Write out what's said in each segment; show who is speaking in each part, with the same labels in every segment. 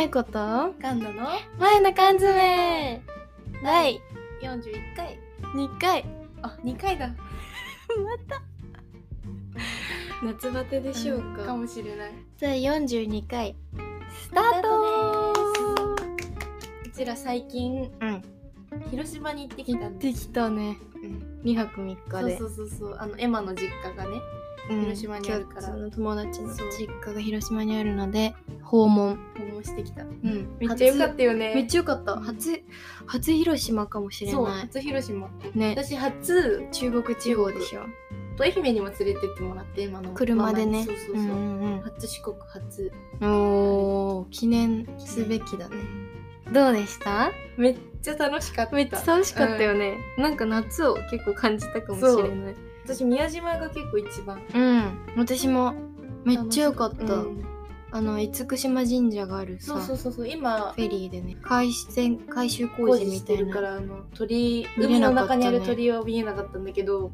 Speaker 1: いこと
Speaker 2: カンナの
Speaker 1: 前の缶詰第
Speaker 2: 41回
Speaker 1: 2回
Speaker 2: あ2回だ
Speaker 1: 夏バテでしょう
Speaker 2: うんか
Speaker 1: か
Speaker 2: もしれない
Speaker 1: 第42回スタート
Speaker 2: うちら最近
Speaker 1: うん
Speaker 2: 広島に行ってき
Speaker 1: 行
Speaker 2: た
Speaker 1: っ
Speaker 2: んで
Speaker 1: てきたね
Speaker 2: うん
Speaker 1: 2泊3日で
Speaker 2: そうそうそうそうあのエマの実家がね
Speaker 1: うん
Speaker 2: 広島にあるから
Speaker 1: 共通の友達の
Speaker 2: そう
Speaker 1: 実家が広島にあるので訪問
Speaker 2: 訪問してきた
Speaker 1: うん
Speaker 2: めっちゃ良かったよね
Speaker 1: めっちゃよかった
Speaker 2: うん
Speaker 1: 初初広島かもしれ
Speaker 2: そう
Speaker 1: ない
Speaker 2: 初広島
Speaker 1: ね
Speaker 2: 私初
Speaker 1: 中国地方でしょ
Speaker 2: 愛媛にも連れてってもらってエマの
Speaker 1: 車でね
Speaker 2: そうそう
Speaker 1: う
Speaker 2: そう、
Speaker 1: んうん
Speaker 2: 初四国初
Speaker 1: うんおー記念すべきだねどうでした
Speaker 2: めっちゃ楽しかった
Speaker 1: めっちゃ楽しかったよね、なんか夏を結構感じたかもしれない
Speaker 2: 私宮島が結構一番
Speaker 1: うん私もめっちゃ良かった、
Speaker 2: うん
Speaker 1: あの厳島神社があるさ
Speaker 2: そうそうそうそう今
Speaker 1: フェリーでね改修改修工
Speaker 2: 工
Speaker 1: 事
Speaker 2: 事
Speaker 1: み
Speaker 2: したて
Speaker 1: い
Speaker 2: るか
Speaker 1: な
Speaker 2: らあの鳥
Speaker 1: 見れ
Speaker 2: 海
Speaker 1: な
Speaker 2: の
Speaker 1: かった
Speaker 2: 中
Speaker 1: ね
Speaker 2: にある鳥は見えなかったんだけど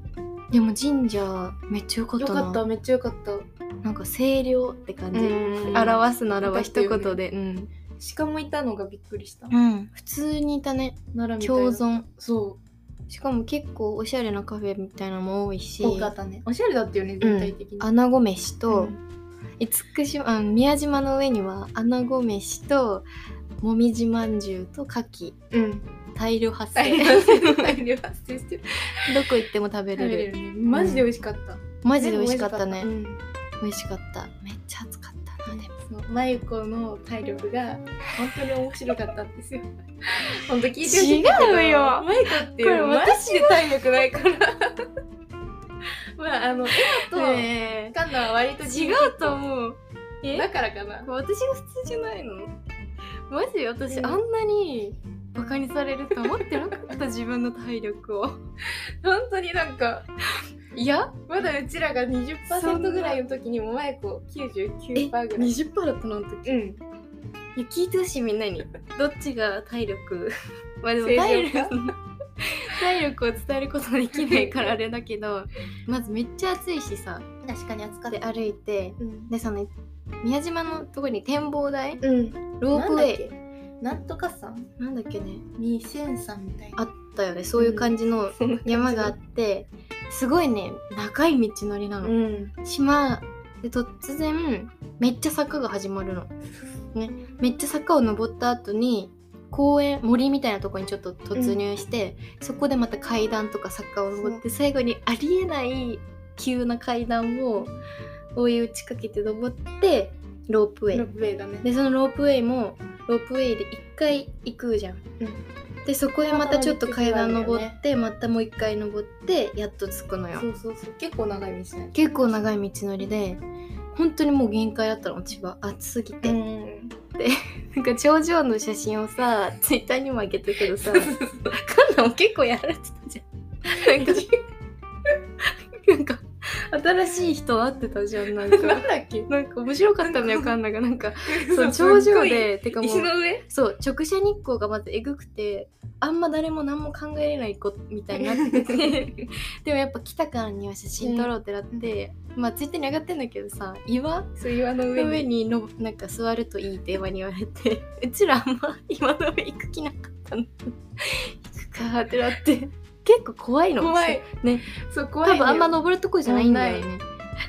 Speaker 1: でも神社めっちゃ良かっ
Speaker 2: よ
Speaker 1: た
Speaker 2: か
Speaker 1: な
Speaker 2: っためっちゃよかった
Speaker 1: なんか清涼って感じ、
Speaker 2: うん
Speaker 1: 表すならば
Speaker 2: よかった
Speaker 1: 一
Speaker 2: よね
Speaker 1: 言で、うん、
Speaker 2: 鹿もいたのがびっくりした
Speaker 1: うん、普通にいたね
Speaker 2: 奈良みたいな
Speaker 1: 共存
Speaker 2: そ
Speaker 1: しかも結構おしゃれなカフェみたいなのも多いし
Speaker 2: う多かったねおしゃれだったよね全体的に、
Speaker 1: 穴子飯と、
Speaker 2: うん
Speaker 1: 厳島あ宮島の上には穴子飯ともみじまんじゅうと牡蠣
Speaker 2: うん
Speaker 1: 大量発
Speaker 2: 大
Speaker 1: 生
Speaker 2: 量
Speaker 1: ど
Speaker 2: 発生大量発生してる
Speaker 1: こ行っても食べ
Speaker 2: 食
Speaker 1: れる
Speaker 2: べれるねマジで美味しかった、
Speaker 1: マジで美味しかったね
Speaker 2: 全部美味しかったう
Speaker 1: 美
Speaker 2: ん
Speaker 1: 味しかっためっちゃ暑かったなでも
Speaker 2: そうまゆこの体力が本当に面白かったんですよ。 本当聞いてほしいんだけど
Speaker 1: 違うよ
Speaker 2: まゆこって
Speaker 1: これ
Speaker 2: マ
Speaker 1: 私
Speaker 2: ジで体力な いから。まああのエマ
Speaker 1: ね
Speaker 2: とカンナは割と
Speaker 1: え
Speaker 2: 自
Speaker 1: 違
Speaker 2: 由
Speaker 1: うと思うえ
Speaker 2: だからかな。
Speaker 1: 私が普通じゃないのマジで私、
Speaker 2: うん
Speaker 1: あんなにバカにされると思ってなかった自分の体力を
Speaker 2: 本当になんか
Speaker 1: いや
Speaker 2: まだうちらが
Speaker 1: そんな
Speaker 2: 20%ぐらいの時にもまゆこ99%ぐらい。
Speaker 1: 20%だったのあの時
Speaker 2: うん。
Speaker 1: いや聞いてほしいみんな にどっちが体力 まあでも
Speaker 2: 正
Speaker 1: 体
Speaker 2: 常か
Speaker 1: 力 体力を伝えることできないからあれだけどまずめっちゃ暑いしさ
Speaker 2: 確かに暑か
Speaker 1: で。歩いて
Speaker 2: うん。
Speaker 1: でその宮島のとこに展望台
Speaker 2: うん。
Speaker 1: ロープウェイ
Speaker 2: イ。なんとかさん
Speaker 1: なんだっけね
Speaker 2: 2003みたい
Speaker 1: あ
Speaker 2: な。
Speaker 1: ったよねそういう感じの山があって、すごいね長い道のりな
Speaker 2: う
Speaker 1: の、
Speaker 2: ん。
Speaker 1: 島で突然めっちゃ坂が始まるの、ね、めっちゃ坂を登った後に公園森みたいなとこにちょっと突入して、そこでまた階段とか坂を登って最後にありえない急な階段を追い打ちかけて登ってロープウェイ
Speaker 2: ロープウェイだね。
Speaker 1: でそのロープウェイもロープウェイで1回行くじゃん、でそこへまたちょっと階段登ってまたもう1回登ってやっと着くのよ
Speaker 2: そうそうそう結構長い道だね
Speaker 1: 結構長い道のりで本当にもう限界だったのうちは暑すぎて、
Speaker 2: ん
Speaker 1: なんか頂上の写真をさツイッターにもあげたけど さカンナも結構やられてたじゃんなんかなんか新しい人会ってたじゃんなんか
Speaker 2: なんだっけ
Speaker 1: なんか面白かったのよカンナがなんかそう
Speaker 2: すっご
Speaker 1: 頂上
Speaker 2: い
Speaker 1: でてかもう
Speaker 2: 石の上
Speaker 1: そう直射日光がまずえぐくてあんま誰も何も考えれない子みたいになってて でもやっぱ来たからには写真撮ろうってなって、まあツイッターに上がってんだけどさ岩
Speaker 2: そう岩の上
Speaker 1: の上
Speaker 2: に
Speaker 1: にのなんか座るといいって今に言われて うちらあんま岩の上行く気なかったの 行くかーってなって結構怖いの
Speaker 2: 怖い
Speaker 1: ね
Speaker 2: そう怖い
Speaker 1: 多
Speaker 2: よ
Speaker 1: 分あんま登るとこじゃないんだよね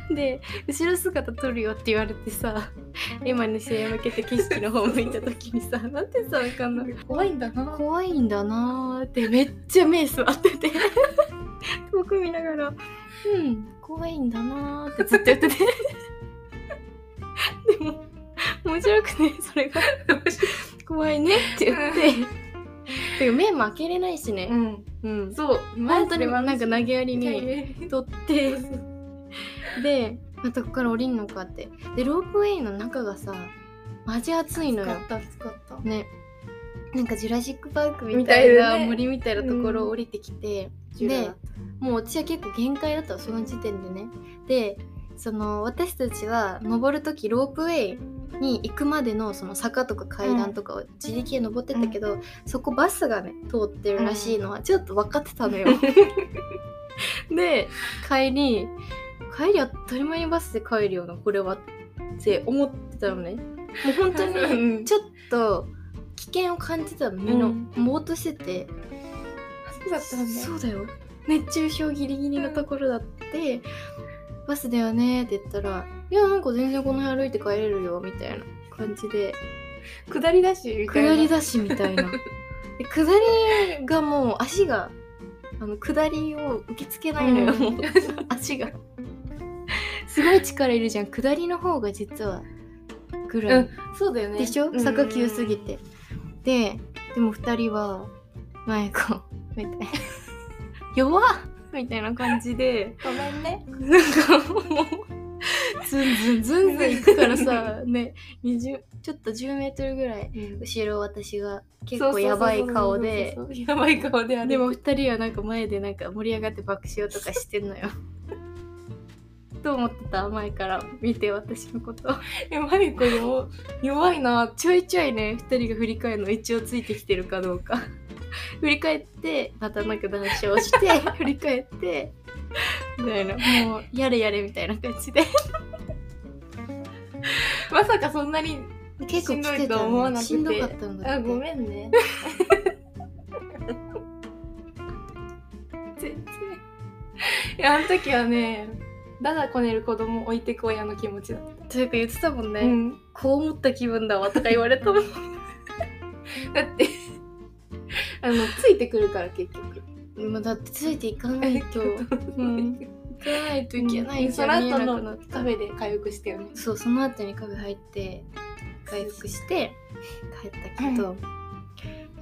Speaker 1: で後ろ姿撮るよって言われてさ今に背向けて景色の方向いた時に さなんてさわかんない
Speaker 2: 怖いんだな
Speaker 1: 怖いんだなーってめっちゃ目座ってて 遠く見ながらうん怖いんだなーって ずっとやっててでも面白くねそれが 怖いねって言ってでも目も開けれないしね
Speaker 2: ん
Speaker 1: うん
Speaker 2: そう
Speaker 1: 本当になんか投げやり
Speaker 2: に
Speaker 1: に取ってでまたここから降りんのかってでロープウェイの中がさマジ暑いのよ
Speaker 2: 使った使った
Speaker 1: ねなんかジュラシック・パークみ
Speaker 2: み
Speaker 1: た
Speaker 2: た
Speaker 1: い
Speaker 2: い
Speaker 1: な
Speaker 2: だね
Speaker 1: 森みたいなところを降りてきて、でもう私は結構限界だったのその時点でねでその私たちは登る時ロープウェイに行くまでのその坂とか階段とかを自力で登ってったけど、そこバスがね通ってるらしいのはちょっと分かってた のよ。で帰り帰りは当たり前にバスで帰るようなこれはって思ってたのねもう本当
Speaker 2: う
Speaker 1: に
Speaker 2: ん
Speaker 1: ちょっと危険を感じてたのみんな、
Speaker 2: うん
Speaker 1: ぼーっとしてて
Speaker 2: そうだったんだ
Speaker 1: そうだよ熱中症ギリギリのところだって、バスだよねって言ったら「いやなんか全然この辺歩いて帰れるよ」みたいな感じで
Speaker 2: 下りだしみたいな
Speaker 1: 下りだしみた いなで下りがもう足があの下りを受け付けないのよ、
Speaker 2: うん
Speaker 1: もう 足がすごい力いるじゃん下りの方が実はぐらい、
Speaker 2: うんそうだよね
Speaker 1: でしょ坂急すぎて、ででも2人は「マイコ みたいな「弱っ!」みたいな感じで
Speaker 2: ごめんね
Speaker 1: なんかもうズンズンズンズン行くからさ ね20ちょっと1 0ルぐらい後ろ私が結構やばい顔で
Speaker 2: そうそうそうそうやばい顔であ
Speaker 1: でも2人はなんか前でなんか盛り上がって爆笑とかしてん のよと思ってた前から見て私のこと
Speaker 2: でもマリコよ弱いな
Speaker 1: ちょいちょいね2人が振り返るの一応ついてきてるかどうか 振り返ってまたなんか談笑して 振り返ってみたいなもうやれやれみたいな感じで
Speaker 2: まさかそんなに
Speaker 1: 結構
Speaker 2: し
Speaker 1: 来
Speaker 2: んど
Speaker 1: て
Speaker 2: いと
Speaker 1: た
Speaker 2: は思わな
Speaker 1: の
Speaker 2: くて
Speaker 1: しんどかったんだ
Speaker 2: あ
Speaker 1: って
Speaker 2: ごめんね全然いやあの時はねだだこねる子供置いてく親の気持ちだった、
Speaker 1: というか言ってたもんね、
Speaker 2: ん、
Speaker 1: こう思った気分だわとか言われたも ん
Speaker 2: だってあのついてくるから結局
Speaker 1: もうだって ついていかないと行
Speaker 2: うん
Speaker 1: かないといけないじ
Speaker 2: そ
Speaker 1: ゃん
Speaker 2: の後
Speaker 1: 見えなくな
Speaker 2: の
Speaker 1: った
Speaker 2: カフェで回復してよね
Speaker 1: そうその後にカフェ入って回復して帰ったけど、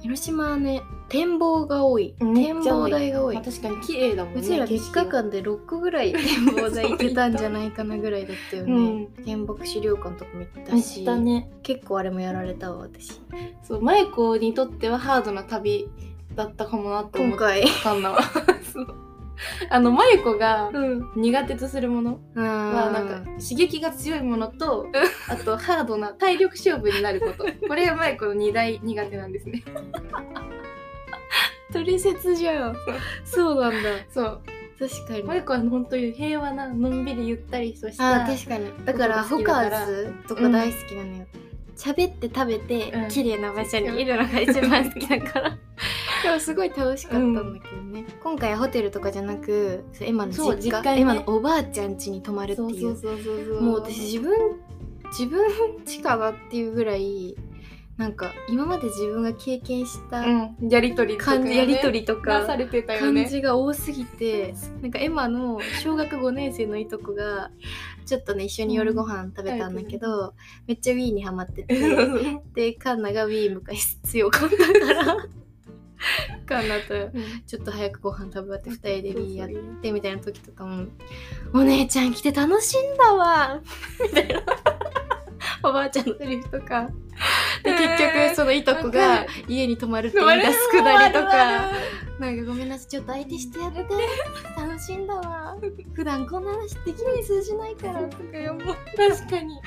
Speaker 1: 広島はね展望が多い
Speaker 2: めっち
Speaker 1: 展
Speaker 2: ゃ多い
Speaker 1: 望台が多い
Speaker 2: まあ確かに綺麗だもんね
Speaker 1: うちら
Speaker 2: 景
Speaker 1: 3
Speaker 2: 色は
Speaker 1: 日間で6個ぐらい展望台行けたんじゃないかなぐらいだったよね、
Speaker 2: うん
Speaker 1: 原爆資料館とかも行ったし
Speaker 2: 行ったね
Speaker 1: 結構あれもやられたわ私
Speaker 2: そうマイコにとってはハードな旅だったかもなって思
Speaker 1: 今
Speaker 2: っ
Speaker 1: 回
Speaker 2: たんだわそうあのマイコが
Speaker 1: うん
Speaker 2: 苦手とするものはなんか刺激が強いものとあとハードな体力勝負になることこれがマイコの2大苦手なんですね
Speaker 1: 取説じゃんそうなんだ
Speaker 2: そう
Speaker 1: 確か
Speaker 2: マ
Speaker 1: に
Speaker 2: イコは本当に平和なのんびりゆったりとした
Speaker 1: あー確かにだからホ
Speaker 2: 僕
Speaker 1: カ
Speaker 2: が好きだか
Speaker 1: ー
Speaker 2: ら
Speaker 1: ズとか大好きなのよ喋、って食べて、
Speaker 2: うん
Speaker 1: 綺麗な場所にいるのが一番好きだから でもすごい楽しかったんだけどね、今回ホテルとかじゃなくそうエマの実
Speaker 2: そう
Speaker 1: 家
Speaker 2: 実家ね
Speaker 1: エマのおばあちゃん家に泊まるってい
Speaker 2: そううそうそうそうそう
Speaker 1: もう私自分自分ちかなっていうぐらいなんか今まで自分が経験した
Speaker 2: うんやりとりとか
Speaker 1: 感じ、やり取
Speaker 2: り
Speaker 1: りと
Speaker 2: がさ
Speaker 1: か
Speaker 2: れてたよ
Speaker 1: 感
Speaker 2: ね
Speaker 1: じが多すぎてなんかエマの小学5年生のいとこがちょっとね一緒に夜ご飯食べたんだけど、めっちゃ Wii にハマって てでカンナが Wii 昔強かったからカンナとちょっと早くご飯食べ終わって2人で Wii やっ
Speaker 2: る
Speaker 1: ってみたいな時とかも「お姉ちゃん来て楽しいんだわ」みたいなおばあちゃんのセリフとかで
Speaker 2: えー
Speaker 1: 結局そのいとこが
Speaker 2: わか
Speaker 1: 家に泊まるって言い出すくだりとか「なんかごめんなさいちょっと相手してやって楽しいんだ わ普段こんな話できない通じないから」とかよもう
Speaker 2: 確かに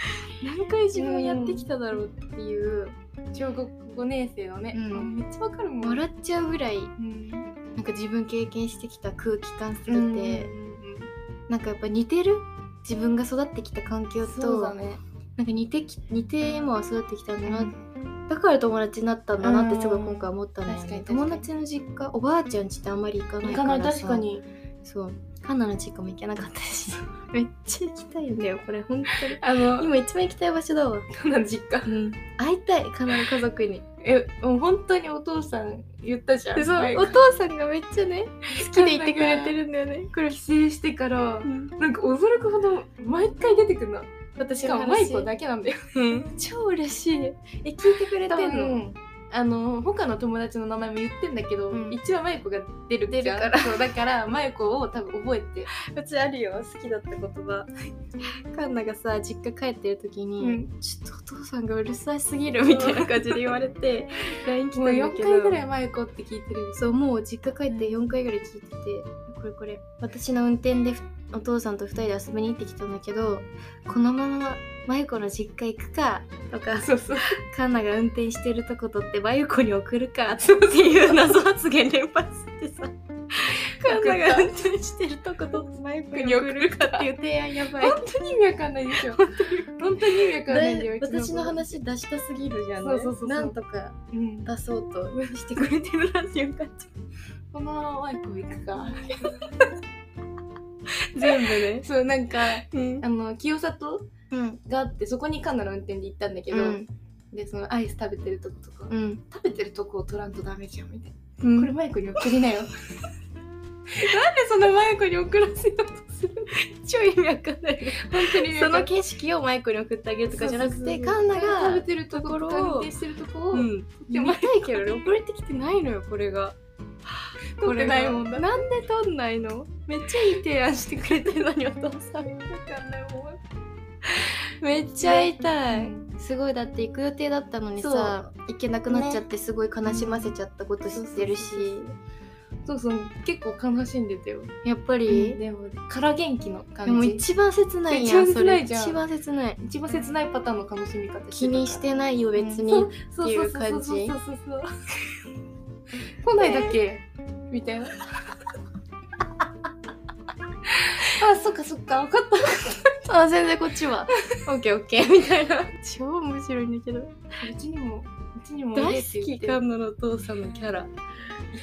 Speaker 1: 何回自分やってきただろうっていう
Speaker 2: 小学5年生のね、
Speaker 1: うん
Speaker 2: めっちゃわかるもん、
Speaker 1: 笑っちゃうぐらい
Speaker 2: うん、
Speaker 1: なんか自分経験してきた空気感すぎて、
Speaker 2: うん
Speaker 1: なんかやっぱ似てる自分が育ってきた環境と
Speaker 2: そうだね
Speaker 1: なんか似てき似て今は育ってきたんだな、だから友達になったんだなってすごい今回思ったんだよね、
Speaker 2: うん確かに確か
Speaker 1: 友
Speaker 2: に
Speaker 1: 達の実家おばあちゃん家ってあんまり行かない
Speaker 2: 行
Speaker 1: か
Speaker 2: からな
Speaker 1: さ
Speaker 2: い確かに
Speaker 1: そうカンナの実家も行けなかったし めっちゃ行きたいんだよこれ本当に
Speaker 2: あの
Speaker 1: 今一番行きたい場所だわ、
Speaker 2: カナ実家
Speaker 1: うん、会いたいカンナの家族に
Speaker 2: えもう本当にお父さん言ったじゃん
Speaker 1: そう
Speaker 2: 前
Speaker 1: お父さんがめっちゃね好きでいてくれてるんだよねこれ、
Speaker 2: 帰省してからなんか驚くほど毎回出てくるの
Speaker 1: 私
Speaker 2: しかもマイコだけなんだよ
Speaker 1: 超嬉しいえ聞いてくれ
Speaker 2: 多
Speaker 1: てんの
Speaker 2: 分あの他の友達の名前も言ってんだけど、
Speaker 1: うん
Speaker 2: 一応マイコが出るじゃん
Speaker 1: 出るから
Speaker 2: そうだからマイコを多分覚えて、
Speaker 1: うちあるよ好きだった言葉カンナがさ実家帰ってる時に、
Speaker 2: うん
Speaker 1: ちょっとお父さんがうるさすぎるみたいな感じで言われ て LINE 来た
Speaker 2: もうん
Speaker 1: だ
Speaker 2: 4
Speaker 1: け
Speaker 2: 回
Speaker 1: ど
Speaker 2: ぐらいマイコって聞いてる
Speaker 1: そうもう実家帰って4回ぐらい聞いててこれこれ私の運転でふお父さんと2人で遊びに行ってきたんだけどこのまま真由子の実家行くかとか
Speaker 2: そうそう
Speaker 1: カンナが運転してるとこ取って真由子に送るかっていう謎発言連発してさカンナが
Speaker 2: 送
Speaker 1: 運
Speaker 2: っ
Speaker 1: 転してるとことバイク
Speaker 2: た国
Speaker 1: に送る
Speaker 2: 送るかっ
Speaker 1: ってて
Speaker 2: い
Speaker 1: いうう提案やばい
Speaker 2: 本当に意味わかんないでしょ本当に意味わかんないんだよ
Speaker 1: だいう
Speaker 2: ち
Speaker 1: 私の
Speaker 2: 子
Speaker 1: 話出したすぎるじゃん、ね、
Speaker 2: そうそうそうそう
Speaker 1: なんとか
Speaker 2: うん
Speaker 1: 出そうとしてくれてるなっていう感じ
Speaker 2: このワイプ行くか
Speaker 1: 全部ね
Speaker 2: そうなんか
Speaker 1: うん
Speaker 2: あの清里
Speaker 1: うん
Speaker 2: があってそこにカンナの運転で行ったんだけど、でそのアイス食べてるとことか、
Speaker 1: うん
Speaker 2: 食べてるとこを取らんとダメじゃんみたいな、
Speaker 1: うん
Speaker 2: これマイクに送りなよなんでそのマイクに送らせようとす る
Speaker 1: 超意味わかんない
Speaker 2: 本当に
Speaker 1: その景色をマイクに送ってあげるとかじゃなくてカンナ
Speaker 2: 食べ
Speaker 1: が
Speaker 2: てるところを
Speaker 1: ところを
Speaker 2: 運転してるとこを、
Speaker 1: うん
Speaker 2: で
Speaker 1: 見
Speaker 2: も
Speaker 1: たいけどね送れてきてないのよこれが
Speaker 2: 撮ってないもんだ
Speaker 1: これがなんで撮んないのめっちゃいい提案してくれてるのにお父さんめっちゃ痛いすごいだって行く予定だったのにさ行けなくなっちゃってすごい悲しませちゃったこと知ってるし
Speaker 2: そうそう結構悲しんでたよ、
Speaker 1: やっぱり
Speaker 2: でもから元気の
Speaker 1: で
Speaker 2: 感
Speaker 1: も
Speaker 2: じ
Speaker 1: 一番切ない
Speaker 2: 一
Speaker 1: やん
Speaker 2: 番
Speaker 1: そ
Speaker 2: 切な
Speaker 1: れ
Speaker 2: いじゃん
Speaker 1: 一番切ない
Speaker 2: 一番切ないパターンの楽しみ方してたから
Speaker 1: 気にしてないよ別に
Speaker 2: うん
Speaker 1: っていう感じ
Speaker 2: そうそうそうそうそうそう来ないだけみたい なあそっかそっか分かった
Speaker 1: あ全然こっち はオッケーオッケーみたいな超面白いんだけど
Speaker 2: うちにもうちにもおいで
Speaker 1: 大
Speaker 2: って
Speaker 1: 好
Speaker 2: 言
Speaker 1: き
Speaker 2: って
Speaker 1: カンナのお父さんのキャラ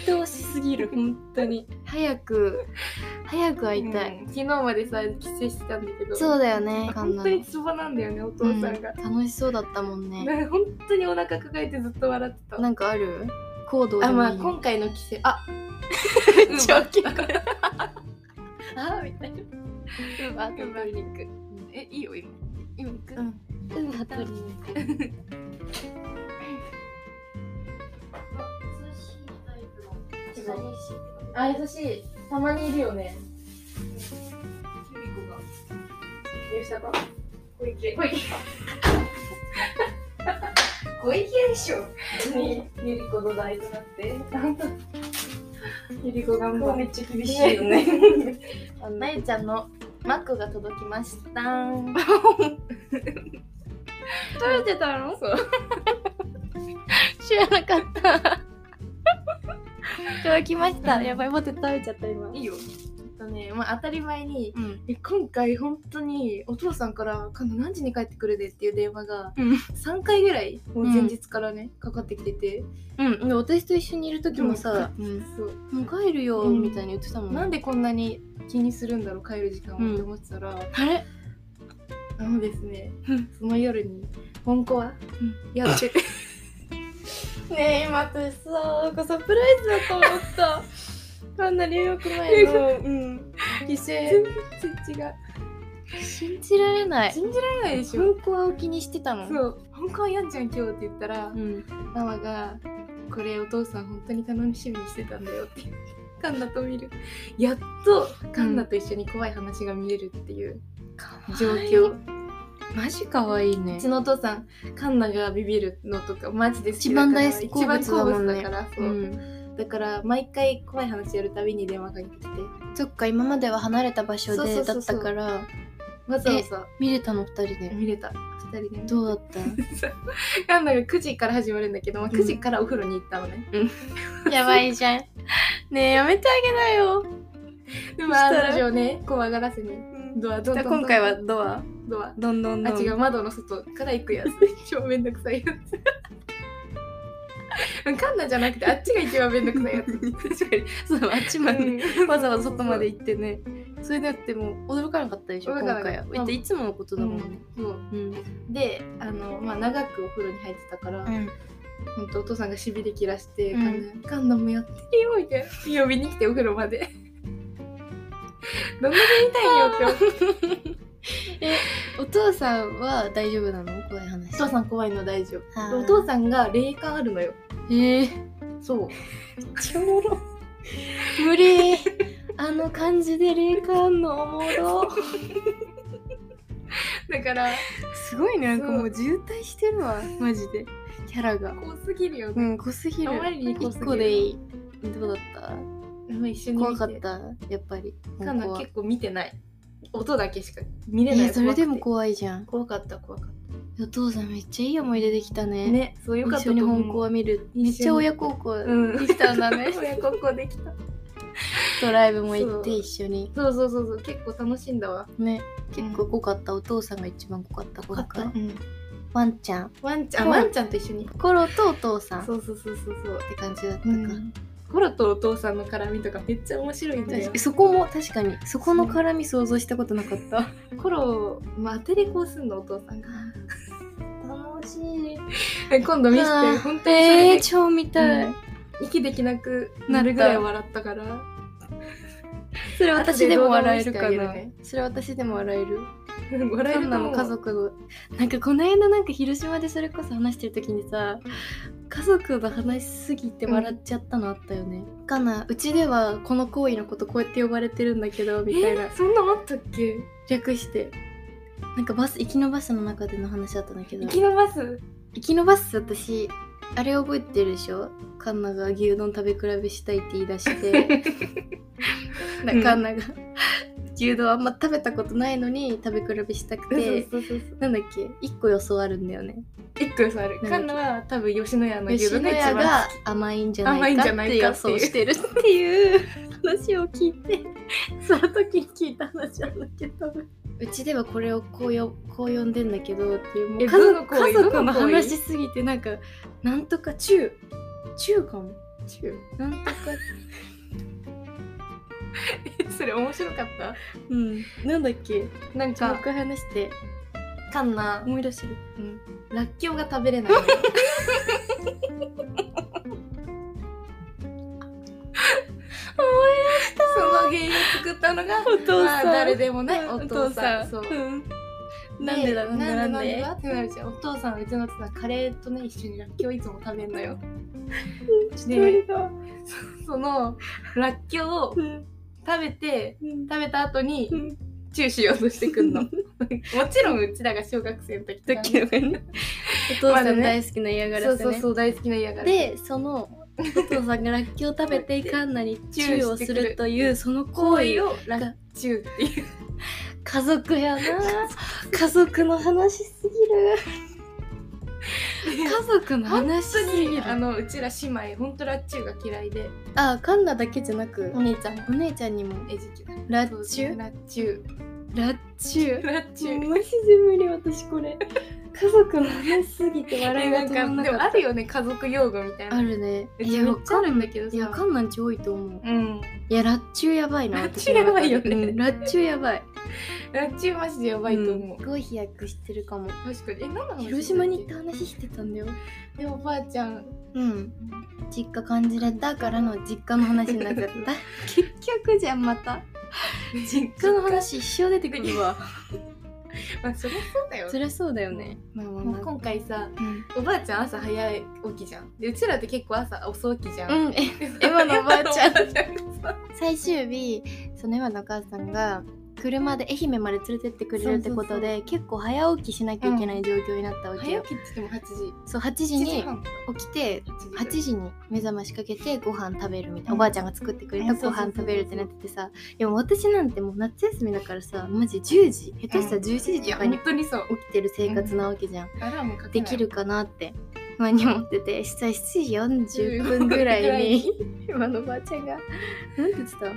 Speaker 1: 愛おしすぎ る本当に早く早く会いたい、
Speaker 2: うん昨日までさ帰省してたんだけど
Speaker 1: そうだよねカン
Speaker 2: 本
Speaker 1: ナ
Speaker 2: 当にツボなんだよねお父さんが、
Speaker 1: うん楽しそうだったもんね
Speaker 2: ね本当にお腹抱えてずっと笑ってた
Speaker 1: なんかある行動で
Speaker 2: あ
Speaker 1: も
Speaker 2: まあ
Speaker 1: いいよ
Speaker 2: 今回の帰省あ
Speaker 1: めっ ちゃ大きい声
Speaker 2: あみたいな
Speaker 1: うんあ
Speaker 2: うん取りに行くえいいよ今今行く、
Speaker 1: うんうんあとに
Speaker 2: あ優しいたまにいるよねゆしたか小池小池小池でしょにゆり子の代となってゆり子頑張めっちゃ厳しいよね
Speaker 1: まゆちゃんのマックが届きました
Speaker 2: 食べてたのそう
Speaker 1: 知らなかったいただきましたやばいポテト食べちゃった今
Speaker 2: いいよえっとねまあ当たり前に
Speaker 1: うん
Speaker 2: え今回本当にお父さんから「今度何時に帰ってくるで」っていう電話が
Speaker 1: うん
Speaker 2: 3回ぐらいもう前日からね、かかってきてて
Speaker 1: うん、で私と一緒にいる時もさ「
Speaker 2: そう
Speaker 1: もう帰るよ」
Speaker 2: うん
Speaker 1: みたいに言ってたもん、
Speaker 2: なんでこんなに気にするんだろう帰る時間をって思ってたら、
Speaker 1: あれ
Speaker 2: あのですね
Speaker 1: うん
Speaker 2: その夜に本コア
Speaker 1: うん
Speaker 2: やっ てて
Speaker 1: ねえ今私さサプライズだと思ったあんな留学前の
Speaker 2: 前 の、
Speaker 1: うん、帰省
Speaker 2: 全然違う
Speaker 1: 信じられない
Speaker 2: 信じられないでしょ
Speaker 1: 本校はお気にしてたの
Speaker 2: そう本コアやんじゃん今日って言ったら、
Speaker 1: ん、
Speaker 2: ママが「これお父さん本当に楽しみにしてたんだよ」ってカンナと見るやっとカンナと一緒に怖い話が見れるっていう
Speaker 1: 状
Speaker 2: 状況、
Speaker 1: 況マジかわいいうね
Speaker 2: ちのお父さんカンナがビビるのとかマジで好き
Speaker 1: 一
Speaker 2: だから
Speaker 1: 番大好き好物だもんね
Speaker 2: 一番好物だからそうう、
Speaker 1: ん、
Speaker 2: だから毎回怖い話やるたびに電話かけてきて
Speaker 1: そっか今までは離れた場所
Speaker 2: そうそ
Speaker 1: で
Speaker 2: うそ
Speaker 1: だ
Speaker 2: う
Speaker 1: っ
Speaker 2: そう
Speaker 1: たから
Speaker 2: わざわざ
Speaker 1: 見れたの2人で
Speaker 2: 見れた2人で
Speaker 1: どうだった
Speaker 2: カンナが9時から始まるんだけど、まあ、
Speaker 1: うん
Speaker 2: 9時からお風呂に行ったのね、
Speaker 1: やばいじゃん。ねえ、やめてあげなよ。
Speaker 2: でまあ
Speaker 1: そしたら
Speaker 2: 彼女をね怖がらせにドアドンドンドン
Speaker 1: 今回はドア、
Speaker 2: ドア
Speaker 1: どんどん
Speaker 2: あ
Speaker 1: どん。
Speaker 2: 違う
Speaker 1: う。
Speaker 2: 窓の外から行くやつ超めんどくさいやつカンナじゃなくてあっちが一番めんどくさいやつ
Speaker 1: 確かに。そう、あっちまで、わざわざ外まで行ってね。それだってもう驚かなかったでしょ、
Speaker 2: 驚
Speaker 1: 今
Speaker 2: かなかった
Speaker 1: 回は。だっていつものことだもんね。
Speaker 2: そう
Speaker 1: うん。
Speaker 2: であの、まあ、長くお風呂に入ってたから、
Speaker 1: ん。
Speaker 2: ほんとお父さんがしびれ切らして「
Speaker 1: うん
Speaker 2: カンナカンナもやってるよ」みたいな呼びに来てお風呂まで どんだけ痛いよって思って
Speaker 1: お父さんは大丈夫なの怖い話。
Speaker 2: お父さん怖いの大丈
Speaker 1: は
Speaker 2: 夫
Speaker 1: ーい
Speaker 2: お父さんが霊感あるのよ
Speaker 1: ええ
Speaker 2: そう
Speaker 1: 無理。あの感じで霊感のおもろ。
Speaker 2: だから
Speaker 1: すごいね、なんかも
Speaker 2: そう
Speaker 1: 渋滞してるわ、マジで。キャラが。
Speaker 2: 怖すぎるよね
Speaker 1: うん、濃すぎる
Speaker 2: あ。まりに濃す
Speaker 1: 1
Speaker 2: ぎる
Speaker 1: 個でいい。どうだった
Speaker 2: もう一緒に見
Speaker 1: 怖
Speaker 2: て
Speaker 1: かったやっぱり
Speaker 2: カン
Speaker 1: 本
Speaker 2: ナ
Speaker 1: 当は
Speaker 2: 結構見てない音だけしか見れない
Speaker 1: いやそれでも
Speaker 2: 怖く
Speaker 1: 怖いじゃん
Speaker 2: て怖かった怖かっ
Speaker 1: お父さんめっちゃいい思い出できた
Speaker 2: た
Speaker 1: ね
Speaker 2: ねそうよかっ
Speaker 1: 一
Speaker 2: たと
Speaker 1: 緒に
Speaker 2: 思う
Speaker 1: 本校は見る
Speaker 2: 一緒に
Speaker 1: めっちゃ親孝行
Speaker 2: うん
Speaker 1: できたんだね、
Speaker 2: 親孝行できた
Speaker 1: ドライブも行って
Speaker 2: そう
Speaker 1: 一緒に
Speaker 2: そうそうそうそう結構楽しんだわ
Speaker 1: ね結構濃かった、お父さんが一番濃かった子だから
Speaker 2: うん
Speaker 1: ワンちゃん
Speaker 2: ワンちゃんあ
Speaker 1: そう
Speaker 2: ワンちゃんと一緒に
Speaker 1: コロとお父さんっ
Speaker 2: そうそうそうそうそう
Speaker 1: て感じだったか、
Speaker 2: なんかコロとお父さんの絡みとかめっちゃ面白いんだよ
Speaker 1: 確かそこも確かにそこの絡み想像したことなかった
Speaker 2: コロまあ当てでこうすんのお父さんが
Speaker 1: 楽しい
Speaker 2: 今度見せ
Speaker 1: あー
Speaker 2: て本当にそ
Speaker 1: え
Speaker 2: れ
Speaker 1: ー、
Speaker 2: で
Speaker 1: 超見たい、
Speaker 2: うん息できなくなるぐらい笑ったから
Speaker 1: それ
Speaker 2: 私でも笑えるかな
Speaker 1: それ私でも笑える
Speaker 2: 笑える
Speaker 1: カンナの家族のなんかこの間なんか広島でそれこそ話してる時にさ家族が話しすぎて笑っちゃったのあったよね、カンナうちではこの行為のことこうやって呼ばれてるんだけどみ
Speaker 2: み
Speaker 1: た
Speaker 2: た
Speaker 1: い
Speaker 2: い
Speaker 1: な
Speaker 2: なそんなあったっけ
Speaker 1: 略してなんかバス行きのバスの中での話だったんだけど
Speaker 2: 行きのバス
Speaker 1: 行きのバス私あれ覚えてるでしょカンナが牛丼食べ比べしたいって言い出して な
Speaker 2: うん
Speaker 1: カンナが牛丼あんま食べたことないのに食べ比べしたくて
Speaker 2: そうそうそう
Speaker 1: なんだっけ1個予想あるんだよね
Speaker 2: 一個よある
Speaker 1: なんだっけ
Speaker 2: カンナは多分吉野家の牛
Speaker 1: 吉
Speaker 2: 丼
Speaker 1: 野
Speaker 2: が一
Speaker 1: 家
Speaker 2: 番
Speaker 1: が甘いんじゃないかって予想してるっていう話を聞いて その時に聞いた話なんだけどうちではこれをこうよこう呼んでんだけどっていうもう
Speaker 2: え
Speaker 1: 家
Speaker 2: どの
Speaker 1: 族
Speaker 2: 行為
Speaker 1: 家族
Speaker 2: ど
Speaker 1: の
Speaker 2: の行為
Speaker 1: 話しすぎてなんかなんとか中中かも
Speaker 2: 好き
Speaker 1: なんとか
Speaker 2: それ面白かった
Speaker 1: うんなんだっけ
Speaker 2: なん
Speaker 1: もう
Speaker 2: か
Speaker 1: 一回話して
Speaker 2: カンナ
Speaker 1: 思い出してる
Speaker 2: らっきょうが食べれ ないのその原因を作ったのが
Speaker 1: お父
Speaker 2: まあ誰でもね
Speaker 1: うん
Speaker 2: お父さんそう
Speaker 1: うんなんでだなんでなんで
Speaker 2: ってなるじゃんお父さんうちのお父さんカレーとね一緒にらっきょういつも食べんの よでそのらっきょうを食べて食べた後にチューしようとして く んのもちろんうちらが小学生の時とかね
Speaker 1: お父さん大好きな嫌が
Speaker 2: そ
Speaker 1: ら
Speaker 2: う
Speaker 1: せ
Speaker 2: そう
Speaker 1: ね
Speaker 2: そう大好きな嫌がらせ
Speaker 1: でそのお父さんがらっきょうを食べていかんなにチューをすると いうその行
Speaker 2: 行
Speaker 1: 為
Speaker 2: 為
Speaker 1: を
Speaker 2: をラッチューっていう
Speaker 1: 家族やな 家族の話すぎる家族の
Speaker 2: 本
Speaker 1: 話す
Speaker 2: 当
Speaker 1: ぎ
Speaker 2: に
Speaker 1: る
Speaker 2: あのうちら姉妹本当ラッチューが嫌いで
Speaker 1: あカンナだけじゃなく、
Speaker 2: 姉ちゃんも
Speaker 1: お姉ちゃんにも
Speaker 2: えじきだ
Speaker 1: ラッチュ
Speaker 2: ラッチュー
Speaker 1: ラッチュ
Speaker 2: ラッチュー
Speaker 1: マジで無理私これ家族の話すぎて笑いが
Speaker 2: なん
Speaker 1: 止まんな
Speaker 2: かで
Speaker 1: かっ
Speaker 2: も
Speaker 1: た
Speaker 2: あるよね家族用語みたいな
Speaker 1: あるね
Speaker 2: うちめっちゃあるんだけどさ
Speaker 1: いやカンナんち多いと思う
Speaker 2: うん
Speaker 1: いやラッチュやばいな
Speaker 2: ラッ
Speaker 1: 私
Speaker 2: チュやばいよね
Speaker 1: うんラッチュやばい
Speaker 2: ラッチューマジでやばいと思う、
Speaker 1: すごい飛躍してるかも
Speaker 2: 確かにえ何の話
Speaker 1: 広島に行った話してたんだよ
Speaker 2: でおばあちゃん
Speaker 1: うん実家感じれたからの実家の話になっちゃった 結局じゃんまた
Speaker 2: 実
Speaker 1: 実家の話一生出てくるわ
Speaker 2: まあそりゃそうだよ
Speaker 1: そりゃそうだよねまあまあ
Speaker 2: もう
Speaker 1: まあ
Speaker 2: 今回さ
Speaker 1: うん
Speaker 2: おばあちゃん朝早い起きじゃんでうちらって結構朝遅起きじゃん、
Speaker 1: うん、え今のおばあちゃん
Speaker 2: 今のおばあちゃん
Speaker 1: 最終日その今のお母さんが車で愛媛まで連れてってくれるってことで結構早起きしなきゃいけない状況になったわけ
Speaker 2: 早
Speaker 1: よ
Speaker 2: 起、きって言っても8時
Speaker 1: そう8時
Speaker 2: 7
Speaker 1: に
Speaker 2: 半
Speaker 1: 起きて8
Speaker 2: 8時
Speaker 1: 時に目覚ましかけてご飯食べるみたいな、
Speaker 2: う
Speaker 1: お
Speaker 2: ん
Speaker 1: ばあちゃんが作ってくれた
Speaker 2: うんそ
Speaker 1: ご
Speaker 2: うそう
Speaker 1: 飯
Speaker 2: そうそ
Speaker 1: 食
Speaker 2: う
Speaker 1: べるってなっててさでも私なんてもう夏休みだからさマジ10時下手したら11時
Speaker 2: い
Speaker 1: と
Speaker 2: や
Speaker 1: かに
Speaker 2: 本
Speaker 1: 起
Speaker 2: 当にそう
Speaker 1: きてる生活なわけじゃん、
Speaker 2: アラームかけ
Speaker 1: で
Speaker 2: ない
Speaker 1: きるかなって不安に思ってて実際7時40分ぐらいに今のおばあちゃんがなんて言ってた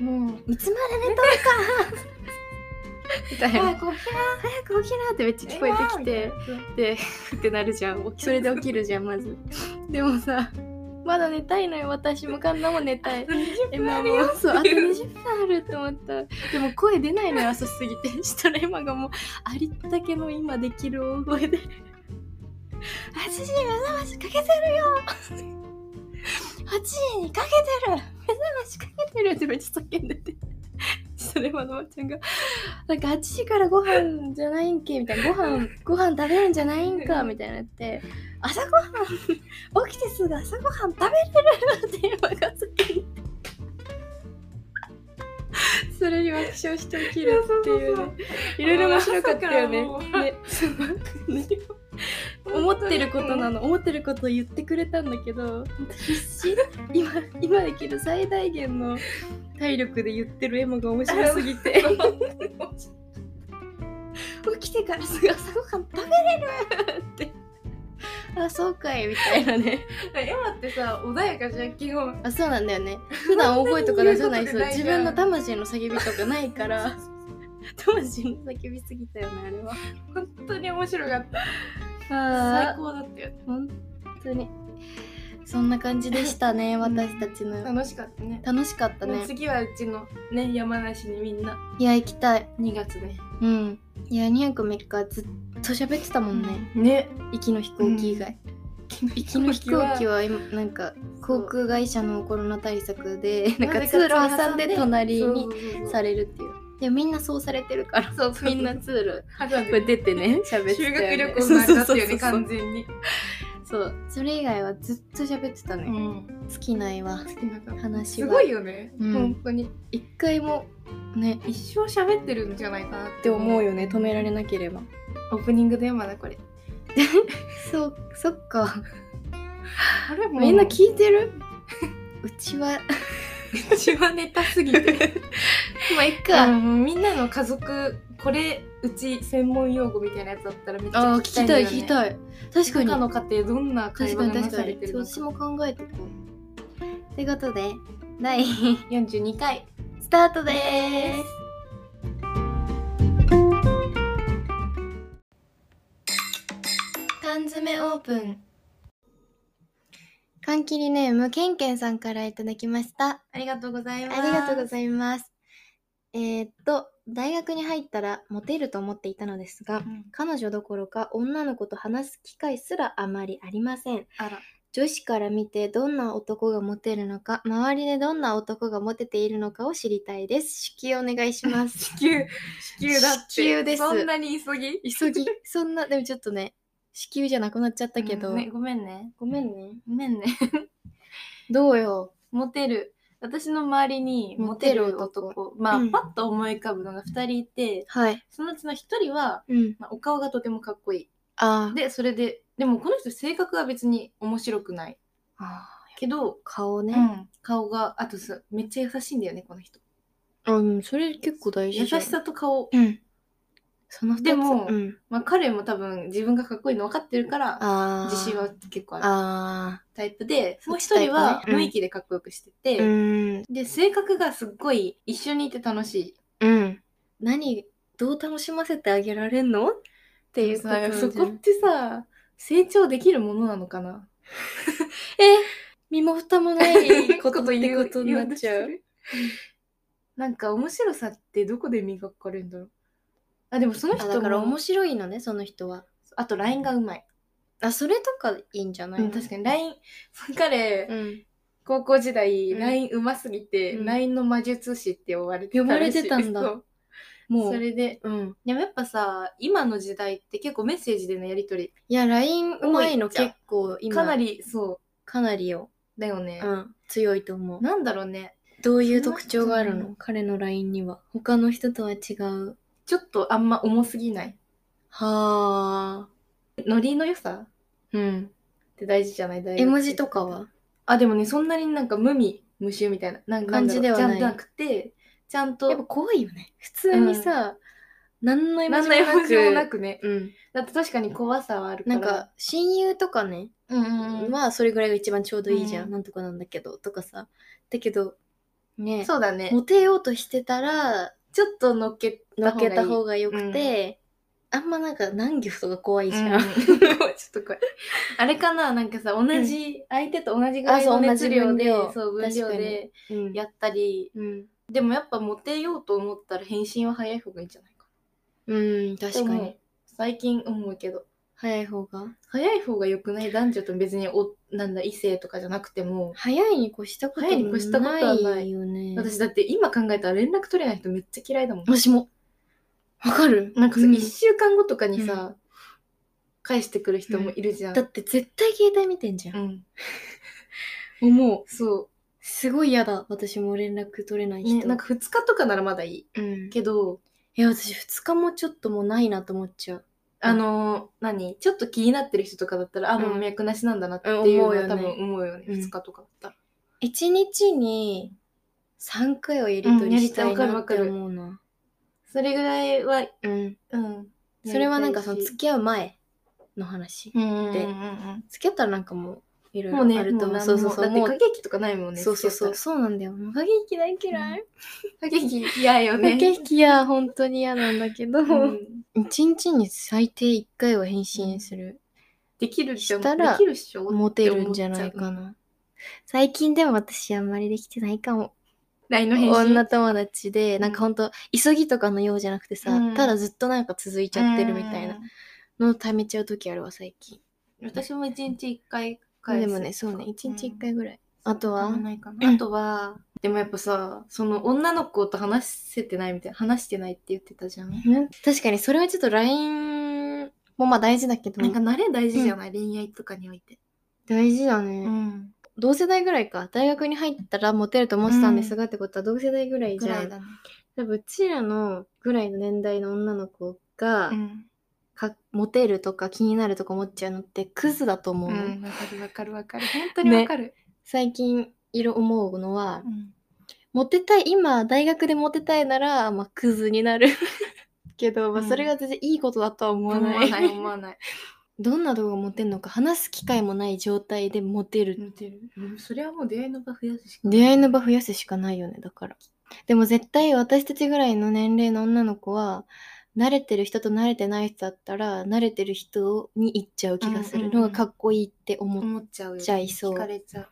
Speaker 2: もう
Speaker 1: いつまで寝とるかみたい
Speaker 2: 早
Speaker 1: な
Speaker 2: く起き
Speaker 1: 早く起きなってめっちゃ聞こえてきて。でってなるじゃんそれで起きるじゃんまずでもさまだ寝たいのよ私 も神田も寝たい
Speaker 2: 20分
Speaker 1: 今
Speaker 2: ある
Speaker 1: も
Speaker 2: よ
Speaker 1: うそうあと20分あると思ったでも声出ないのよ朝すぎて したら今がもうありったけの今できる大声 で「8時に目覚ましかけてるよ!」8時にかけてる目覚ましかけてるってめっちゃ叫んでてそれまのおばちゃんが「なんか8時からご飯じゃないんけ」みたいな「ご飯ご飯食べるんじゃないんか」みたいなやって「朝ごはん起きてすぐ朝ごはん食べれる!」って今が叫んでそれに爆笑して起きるっていうねいろいろ面白かったよね。
Speaker 2: 朝からもう
Speaker 1: ねすごくね思ってることなの思ってることを言ってくれたんだけど必死今今できる最大限の体力で言ってるエモが面白すぎて起きてからすぐ朝ごはん食べれるって朝そうかいみたいなね
Speaker 2: エマってさ穏やかじゃん基本
Speaker 1: あそうなんだよ ね普段大声とか出さない
Speaker 2: そ
Speaker 1: そ
Speaker 2: ん
Speaker 1: う
Speaker 2: なに
Speaker 1: 自
Speaker 2: 言うことない
Speaker 1: 分
Speaker 2: じゃ
Speaker 1: の
Speaker 2: ん
Speaker 1: 魂の叫びとかないから 魂の叫びすぎたよねあれは
Speaker 2: 本当に面白かった最
Speaker 1: 最高
Speaker 2: 高だったよ
Speaker 1: 本当にそんな感じでしたね私たちの
Speaker 2: 楽しかったね
Speaker 1: 楽しかった
Speaker 2: もう
Speaker 1: ね
Speaker 2: 次はうちのね山梨にみんない
Speaker 1: や行きたい
Speaker 2: 2月ね
Speaker 1: うんいや2泊3日ずっと喋ってたもんね、
Speaker 2: ね
Speaker 1: 行きの飛行機以外、行きの飛行機は今なんか航空会社のコロナ対策でなんか通路挟んで隣にさ
Speaker 2: れ
Speaker 1: れるっていうでもみんなそうされてるから
Speaker 2: そうそう
Speaker 1: みんな通
Speaker 2: 挟ん
Speaker 1: 路
Speaker 2: で
Speaker 1: 出て ね喋ってた
Speaker 2: 修
Speaker 1: よ
Speaker 2: 学
Speaker 1: ね
Speaker 2: 旅行に
Speaker 1: そ
Speaker 2: なります
Speaker 1: うそ
Speaker 2: よ
Speaker 1: うそ
Speaker 2: ね
Speaker 1: うそう
Speaker 2: 完全に
Speaker 1: そうそれ以外はずっと喋ってたね、
Speaker 2: ん
Speaker 1: 尽きないわ
Speaker 2: 好きな方
Speaker 1: 話
Speaker 2: す
Speaker 1: は
Speaker 2: ごいよね
Speaker 1: うん
Speaker 2: 本当に
Speaker 1: 一回もね
Speaker 2: 一生喋ってるんじゃないかなっ
Speaker 1: って思う
Speaker 2: よ
Speaker 1: よね止められなければ
Speaker 2: オープニングでまだこれ
Speaker 1: そうそっか
Speaker 2: あれも う
Speaker 1: みんな聞いてるうち は
Speaker 2: 一番ネタす ぎて
Speaker 1: まあいっ
Speaker 2: うんうんみんなの家族これうち専門用語みたいなやつだったらめっちゃ
Speaker 1: あー
Speaker 2: 聞
Speaker 1: 聞
Speaker 2: き
Speaker 1: き
Speaker 2: た
Speaker 1: た
Speaker 2: いん
Speaker 1: い
Speaker 2: だよね、
Speaker 1: 聞きたい確かに
Speaker 2: 他の家庭どんな会
Speaker 1: 確か
Speaker 2: 話
Speaker 1: に
Speaker 2: がな
Speaker 1: 確か
Speaker 2: されて
Speaker 1: に
Speaker 2: る
Speaker 1: そ
Speaker 2: の
Speaker 1: っ
Speaker 2: か
Speaker 1: ちも考えてこうということで第
Speaker 2: 42回
Speaker 1: スタートです缶詰オープン缶切りネームけんけんさんからいただきました
Speaker 2: ありがとうござい
Speaker 1: ありがとうございますえーっと大学に入ったらモテると思っていたのですが
Speaker 2: うん
Speaker 1: 彼女どころか女の子と話す機会すらあまりありません
Speaker 2: あら
Speaker 1: 女子から見てどんな男がモテるのか周りでどんな男がモテているのかを知りたいです至急お願いします
Speaker 2: 地球地球だって
Speaker 1: 至急です
Speaker 2: そんなに急ぎ
Speaker 1: 急ぎそんなでもちょっとね至急じゃなくなっちゃったけど、
Speaker 2: うんね、ごめんね
Speaker 1: ごめんね
Speaker 2: ごめんね
Speaker 1: どうよ
Speaker 2: モテる私の周りにモテる男
Speaker 1: モテ
Speaker 2: まあ、
Speaker 1: うん
Speaker 2: パッと思い浮かぶのが2人いて
Speaker 1: はい
Speaker 2: そのうちの1人は、
Speaker 1: うん
Speaker 2: まあ、お顔がとてもかっこい
Speaker 1: あ
Speaker 2: い
Speaker 1: ー
Speaker 2: でそれででもこの人性格は別に面白くない
Speaker 1: あ
Speaker 2: けど、
Speaker 1: 顔
Speaker 2: う
Speaker 1: ね
Speaker 2: ん、顔があとさめっちゃ優しいんだよねこの人
Speaker 1: うんそれ結構大
Speaker 2: 優
Speaker 1: 事じゃん
Speaker 2: しさと顔、
Speaker 1: うんその二つ
Speaker 2: でも
Speaker 1: うん、
Speaker 2: まあ、彼も多分自分がかっこいいの分かってるから
Speaker 1: あー
Speaker 2: 自信は結構ある
Speaker 1: あ
Speaker 2: タイプでもう一
Speaker 1: そっちタイ
Speaker 2: 人
Speaker 1: プね
Speaker 2: は
Speaker 1: うん
Speaker 2: 雰囲気でかっこよくして
Speaker 1: ーう
Speaker 2: て、
Speaker 1: ん
Speaker 2: で性格がすっごい一緒にいて楽しい
Speaker 1: うん何どう楽しませてあげられんのっていうこと
Speaker 2: なんかそ
Speaker 1: じゃ
Speaker 2: こ
Speaker 1: ん
Speaker 2: ってさ成長できるものなのかな
Speaker 1: 身も蓋もないこと
Speaker 2: と
Speaker 1: って
Speaker 2: 言
Speaker 1: こ
Speaker 2: う
Speaker 1: とになっちゃ
Speaker 2: 言お
Speaker 1: う
Speaker 2: と。してるなんか面白さってどこで磨かれるんだろうあでもその
Speaker 1: あ
Speaker 2: 人
Speaker 1: だから面
Speaker 2: も
Speaker 1: 白いのねその人は。
Speaker 2: あと LINE がうまい、
Speaker 1: あそれとかいいんじゃない、
Speaker 2: うん、確かに LINE 彼、
Speaker 1: うん、
Speaker 2: 高校時代、
Speaker 1: うん
Speaker 2: LINE うますぎて、
Speaker 1: うん
Speaker 2: LINE の魔術師って呼ばれて
Speaker 1: 呼ばれて
Speaker 2: らしい
Speaker 1: たんだ
Speaker 2: そう
Speaker 1: もう
Speaker 2: それで
Speaker 1: うん、
Speaker 2: でもやっぱさ今の時代って結構メッセージでのやり取
Speaker 1: いや LINE うまいの結構
Speaker 2: り
Speaker 1: 今
Speaker 2: かなりそ
Speaker 1: かなりよ、
Speaker 2: うだよね、
Speaker 1: うん、強いと思う。
Speaker 2: なんだろうね
Speaker 1: どういう特徴がある
Speaker 2: そんな
Speaker 1: の彼の LINE には。他の人とは違う。
Speaker 2: ちょっとあんま重すぎない
Speaker 1: はあ。
Speaker 2: ノリの良さ
Speaker 1: うん。
Speaker 2: って大事じゃない大事
Speaker 1: 絵文字とかは
Speaker 2: あでもねそんなになんか無味無臭みたいななんかん
Speaker 1: 感
Speaker 2: だろ
Speaker 1: じ
Speaker 2: う
Speaker 1: ではない
Speaker 2: じゃなくてちゃん
Speaker 1: やっぱ
Speaker 2: と
Speaker 1: 怖いよね。普通にさ、何の絵文字も
Speaker 2: 何の
Speaker 1: な
Speaker 2: 絵
Speaker 1: く
Speaker 2: 文字もなくね
Speaker 1: うん、
Speaker 2: だって確かに怖さはあるか
Speaker 1: な
Speaker 2: ら
Speaker 1: んか親友とかね、
Speaker 2: うんうんうん
Speaker 1: まあそれぐらいが一番ちょうどいいじゃん、
Speaker 2: うん
Speaker 1: なんとかなんだけどとかさだけどね
Speaker 2: そうだね
Speaker 1: モテようとしてたら
Speaker 2: ちょっとのっけ
Speaker 1: のけた方
Speaker 2: が
Speaker 1: がよくて、あんまなんか難儀とか怖
Speaker 2: い
Speaker 1: い
Speaker 2: い
Speaker 1: じ
Speaker 2: じゃ
Speaker 1: ゃ
Speaker 2: ん、
Speaker 1: ん、
Speaker 2: ちょっと怖いあれかななんかさ同じ、相手と同じぐらい
Speaker 1: あそ
Speaker 2: の
Speaker 1: う同
Speaker 2: 熱
Speaker 1: じ
Speaker 2: 量
Speaker 1: 分
Speaker 2: で
Speaker 1: 量
Speaker 2: そう分量
Speaker 1: 確か
Speaker 2: で
Speaker 1: うん
Speaker 2: やったり
Speaker 1: うん、
Speaker 2: でもやっぱモテようと思ったら返信は早い方がいいんじゃないか
Speaker 1: うん、確か
Speaker 2: でも
Speaker 1: に
Speaker 2: 最近思うけど
Speaker 1: 早い方が
Speaker 2: 早い方が良くない男女と別におなんだ異性とかじゃなくても
Speaker 1: 早いに越したこと
Speaker 2: 早いに越したことはない
Speaker 1: ないよね
Speaker 2: 私だって今考えたら連絡取れない人めっちゃ嫌いだもん
Speaker 1: 私もわかる
Speaker 2: なんかさ、
Speaker 1: う
Speaker 2: 1週間後とかにさ、返してくる人もいるじゃん、
Speaker 1: だって絶対携帯見てんじゃ、
Speaker 2: うんん、
Speaker 1: 思う
Speaker 2: そ
Speaker 1: すごい嫌だ私も連絡取れな
Speaker 2: う、
Speaker 1: い人、
Speaker 2: ね、なんか2日とかならまだいい
Speaker 1: うん、
Speaker 2: けど
Speaker 1: いや私2日もちょっともうないなと思っちゃう
Speaker 2: あのー何ちょっと気になってる人とかだったら、あもう脈なしなんだなって
Speaker 1: うん
Speaker 2: いうの
Speaker 1: 思う
Speaker 2: は
Speaker 1: よね
Speaker 2: 多分思うよね、
Speaker 1: うん
Speaker 2: 二2日とかだったら
Speaker 1: 一日に3回はやり取りしたいなって思うな。
Speaker 2: それぐらいは
Speaker 1: うん。
Speaker 2: うん
Speaker 1: それはなんかその
Speaker 2: やりたい
Speaker 1: 付
Speaker 2: し
Speaker 1: き合う前の話、
Speaker 2: うんうんうん
Speaker 1: で付き合ったらなんかもういろ
Speaker 2: もう
Speaker 1: いろ
Speaker 2: ね
Speaker 1: あると思う,、
Speaker 2: もう
Speaker 1: そうそうそう
Speaker 2: 何も
Speaker 1: も
Speaker 2: だっ
Speaker 1: う
Speaker 2: て駆け引きとかないもんね
Speaker 1: そうそうそう
Speaker 2: 付
Speaker 1: そうなんだよもう駆け引き大嫌い、
Speaker 2: き合ったら駆け引き嫌よね
Speaker 1: 駆け引きは本当に嫌なんだけど、
Speaker 2: うん
Speaker 1: 一日に最低1回は返信する
Speaker 2: できるって思
Speaker 1: し
Speaker 2: う
Speaker 1: たら
Speaker 2: できるっしょ
Speaker 1: モテるんじゃない
Speaker 2: って思っ
Speaker 1: かな最近でも私あんまりできてないかも
Speaker 2: ちゃう LINE の返信
Speaker 1: 女友達で
Speaker 2: うん
Speaker 1: なんかほんと急ぎとかのようじゃなくてさ、
Speaker 2: うん
Speaker 1: ただずっとなんか続いちゃってるみたいなのを貯めちゃう時あるわ最近
Speaker 2: うん私も一日一回返す
Speaker 1: でもねそうね一日一
Speaker 2: うん
Speaker 1: 回ぐらい、あとは
Speaker 2: あんまないかなあとはでもやっぱさその女の子と話せてないみたいな話してないって言ってたじゃん
Speaker 1: 確かにそれはちょっと LINE もまあ大事だけど
Speaker 2: なんか慣れ大事じゃない、恋愛とかにおいて。
Speaker 1: 大事だね、
Speaker 2: ん。
Speaker 1: 同世代ぐらいか大学に入ったらモテると思ってたんですが、ってことは同世代ぐらい
Speaker 2: ぐ
Speaker 1: じゃ
Speaker 2: ら
Speaker 1: ん
Speaker 2: いだね。
Speaker 1: 多分うちらのぐらいの年代の女の子が、
Speaker 2: うん。
Speaker 1: かモテるとか気になるとか思っちゃうのってクズだと思う
Speaker 2: う
Speaker 1: の、
Speaker 2: ん。わかるわかるわかる。本当にわかる。
Speaker 1: 最近色思うのは
Speaker 2: うん
Speaker 1: モテたい今大学でモテたいなら、まあ、クズになる けど、まあ、
Speaker 2: うん
Speaker 1: それが全然いいことだとは思わ
Speaker 2: 思
Speaker 1: ない,、
Speaker 2: わない思わない。
Speaker 1: どんな動画モテるのか話す機会もない状態でモテる
Speaker 2: 似てる。うんそれはもう出会いの場増やすしかない。
Speaker 1: 出会いの場増やすしかないよねだからでも絶対私たちぐらいの年齢の女の子は慣れてる人と慣れてない人だったら慣れてる人に行っちゃう気がするのがかっこいいって思っ
Speaker 2: 思っちゃうよ。
Speaker 1: ちゃいそう
Speaker 2: 惹かれちゃう。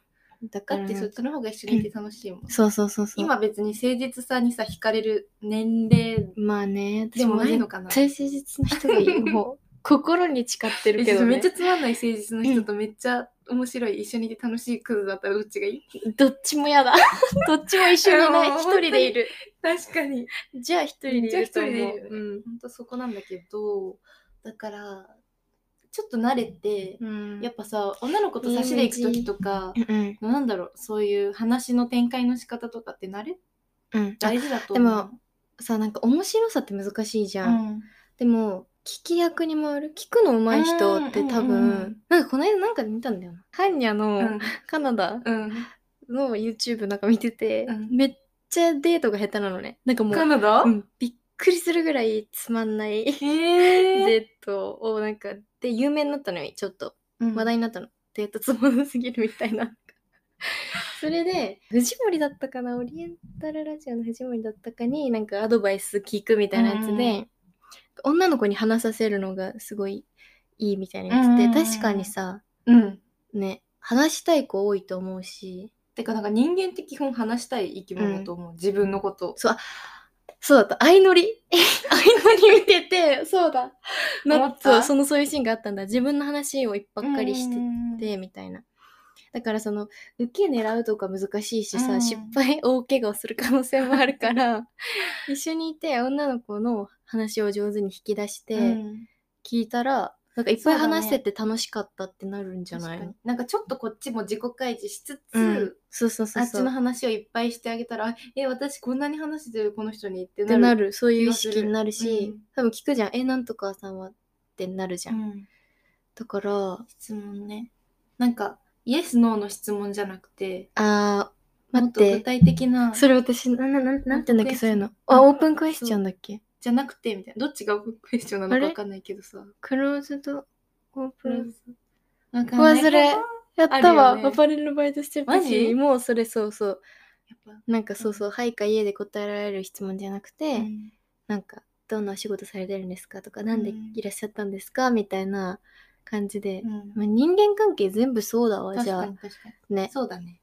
Speaker 1: だか
Speaker 2: だ
Speaker 1: ら
Speaker 2: ってそっちの方が一緒にいて楽しいもん。
Speaker 1: そうそうそうそう
Speaker 2: 今別に誠実さにさ惹かれる年齢
Speaker 1: まあね
Speaker 2: でもないのかな。
Speaker 1: 私も絶対誠実な人がいいもう 心に誓ってるけど、ね、
Speaker 2: めっちゃつまんない誠実の人とめっちゃ面白い一緒にいて楽しいクズだったらどっちがいい
Speaker 1: どっちも嫌だ どっちも一緒にいない
Speaker 2: いやもう
Speaker 1: 一人でいる
Speaker 2: 確かに
Speaker 1: じゃあ一人でい
Speaker 2: じゃあ
Speaker 1: る
Speaker 2: 一
Speaker 1: と
Speaker 2: 人
Speaker 1: 思う
Speaker 2: でいるよね
Speaker 1: うん
Speaker 2: ほんとそこなんだけどだからちょっと慣れて、
Speaker 1: うん
Speaker 2: やっぱさ女の子と差しで行く時とか、
Speaker 1: うん
Speaker 2: なんだろうそういう話の展開の仕方とかって慣れ
Speaker 1: うんあ
Speaker 2: 大事だと思う。
Speaker 1: さなんか面白さって難しいじゃ、
Speaker 2: うんん
Speaker 1: でも聞き役に回る聞くの上手い人って多分、
Speaker 2: うんうんうんうん
Speaker 1: なんかこの間なんかで見たんだよなハンニャの、
Speaker 2: うん
Speaker 1: カナダ
Speaker 2: うん
Speaker 1: の YouTube なんか見てて、
Speaker 2: うん
Speaker 1: めっちゃデートが下手なのねなんかもう
Speaker 2: カナダ、
Speaker 1: うん、びっくりするぐらいつまんないデ
Speaker 2: え
Speaker 1: ートをなんかで有名になったのよちょっと話題
Speaker 2: に
Speaker 1: になったの、デートつまんなすぎるみたい なそれで藤森だったかなオリエンタルラジオの藤森だったかになんかアドバイス聞くみたいなやつで、女の子に話させるのがすごいいいみたいなやつで、
Speaker 2: うんうんうん
Speaker 1: 確かにさ
Speaker 2: うん
Speaker 1: ね話したい子多いと思うして
Speaker 2: かなんか人間って基本話したい生き物と思う、自分のこと
Speaker 1: そうあそうだった相乗 り相乗り見ててそうだ
Speaker 2: 思
Speaker 1: な
Speaker 2: った
Speaker 1: そうそのそういうシーンがあったんだ自分の話をいっぱっかりしてってみたいなだからその受け狙うとか難しいしさ、
Speaker 2: うん
Speaker 1: 失敗大怪我をする可能性もあるから 一緒にいて女の子の話を上手に引き出して
Speaker 2: うん
Speaker 1: 聞いたら、なんかいっぱい
Speaker 2: そうだね
Speaker 1: 話せて楽しかったってなるんじゃない
Speaker 2: 確かになんかちょっとこっちも自己開示しつつ、
Speaker 1: うん、そうそうそ
Speaker 2: あ
Speaker 1: う
Speaker 2: っ
Speaker 1: そ
Speaker 2: ち
Speaker 1: う
Speaker 2: の話をいっぱいしてあげたらあ「え私こんなに話してるこの人に」って
Speaker 1: って
Speaker 2: なる
Speaker 1: なるそういう意
Speaker 2: 気がす
Speaker 1: 識
Speaker 2: る
Speaker 1: になるし、
Speaker 2: うん
Speaker 1: 多分聞くじゃん「えなんとかさんは?」ってなるじゃ、
Speaker 2: うんん
Speaker 1: だから
Speaker 2: 質問ねなんかイエス・ノーの質問じゃなくて
Speaker 1: あー待
Speaker 2: も
Speaker 1: っ
Speaker 2: っと具
Speaker 1: て
Speaker 2: 体的な
Speaker 1: それ私なななんなんて言うんだっけそういうの
Speaker 2: オープンクエスチョン
Speaker 1: あオープンクエスチョンだっけ
Speaker 2: じゃなくてみたいなどっちがクエスチョンなの
Speaker 1: あれ
Speaker 2: かわかんないけどさ
Speaker 1: クローズドオープン
Speaker 2: わかん
Speaker 1: わ
Speaker 2: ない
Speaker 1: そ
Speaker 2: けど
Speaker 1: れ
Speaker 2: やっ
Speaker 1: やったわ、
Speaker 2: あるよね
Speaker 1: アパレルのバイトしてる
Speaker 2: マジ
Speaker 1: 時もうそれそうそう
Speaker 2: ぱ
Speaker 1: なんかそうそう「はい」か「家で答えられる質問じゃなくて、
Speaker 2: うん
Speaker 1: なんか「どんなお仕事されてるんですか?」とか「なんで
Speaker 2: うん
Speaker 1: いらっしゃったんですか?」みたいな感じで、
Speaker 2: うん
Speaker 1: まあ、人間関係全部そうだわ
Speaker 2: 確
Speaker 1: じゃ
Speaker 2: か
Speaker 1: あ
Speaker 2: に確かに
Speaker 1: ね
Speaker 2: そうだね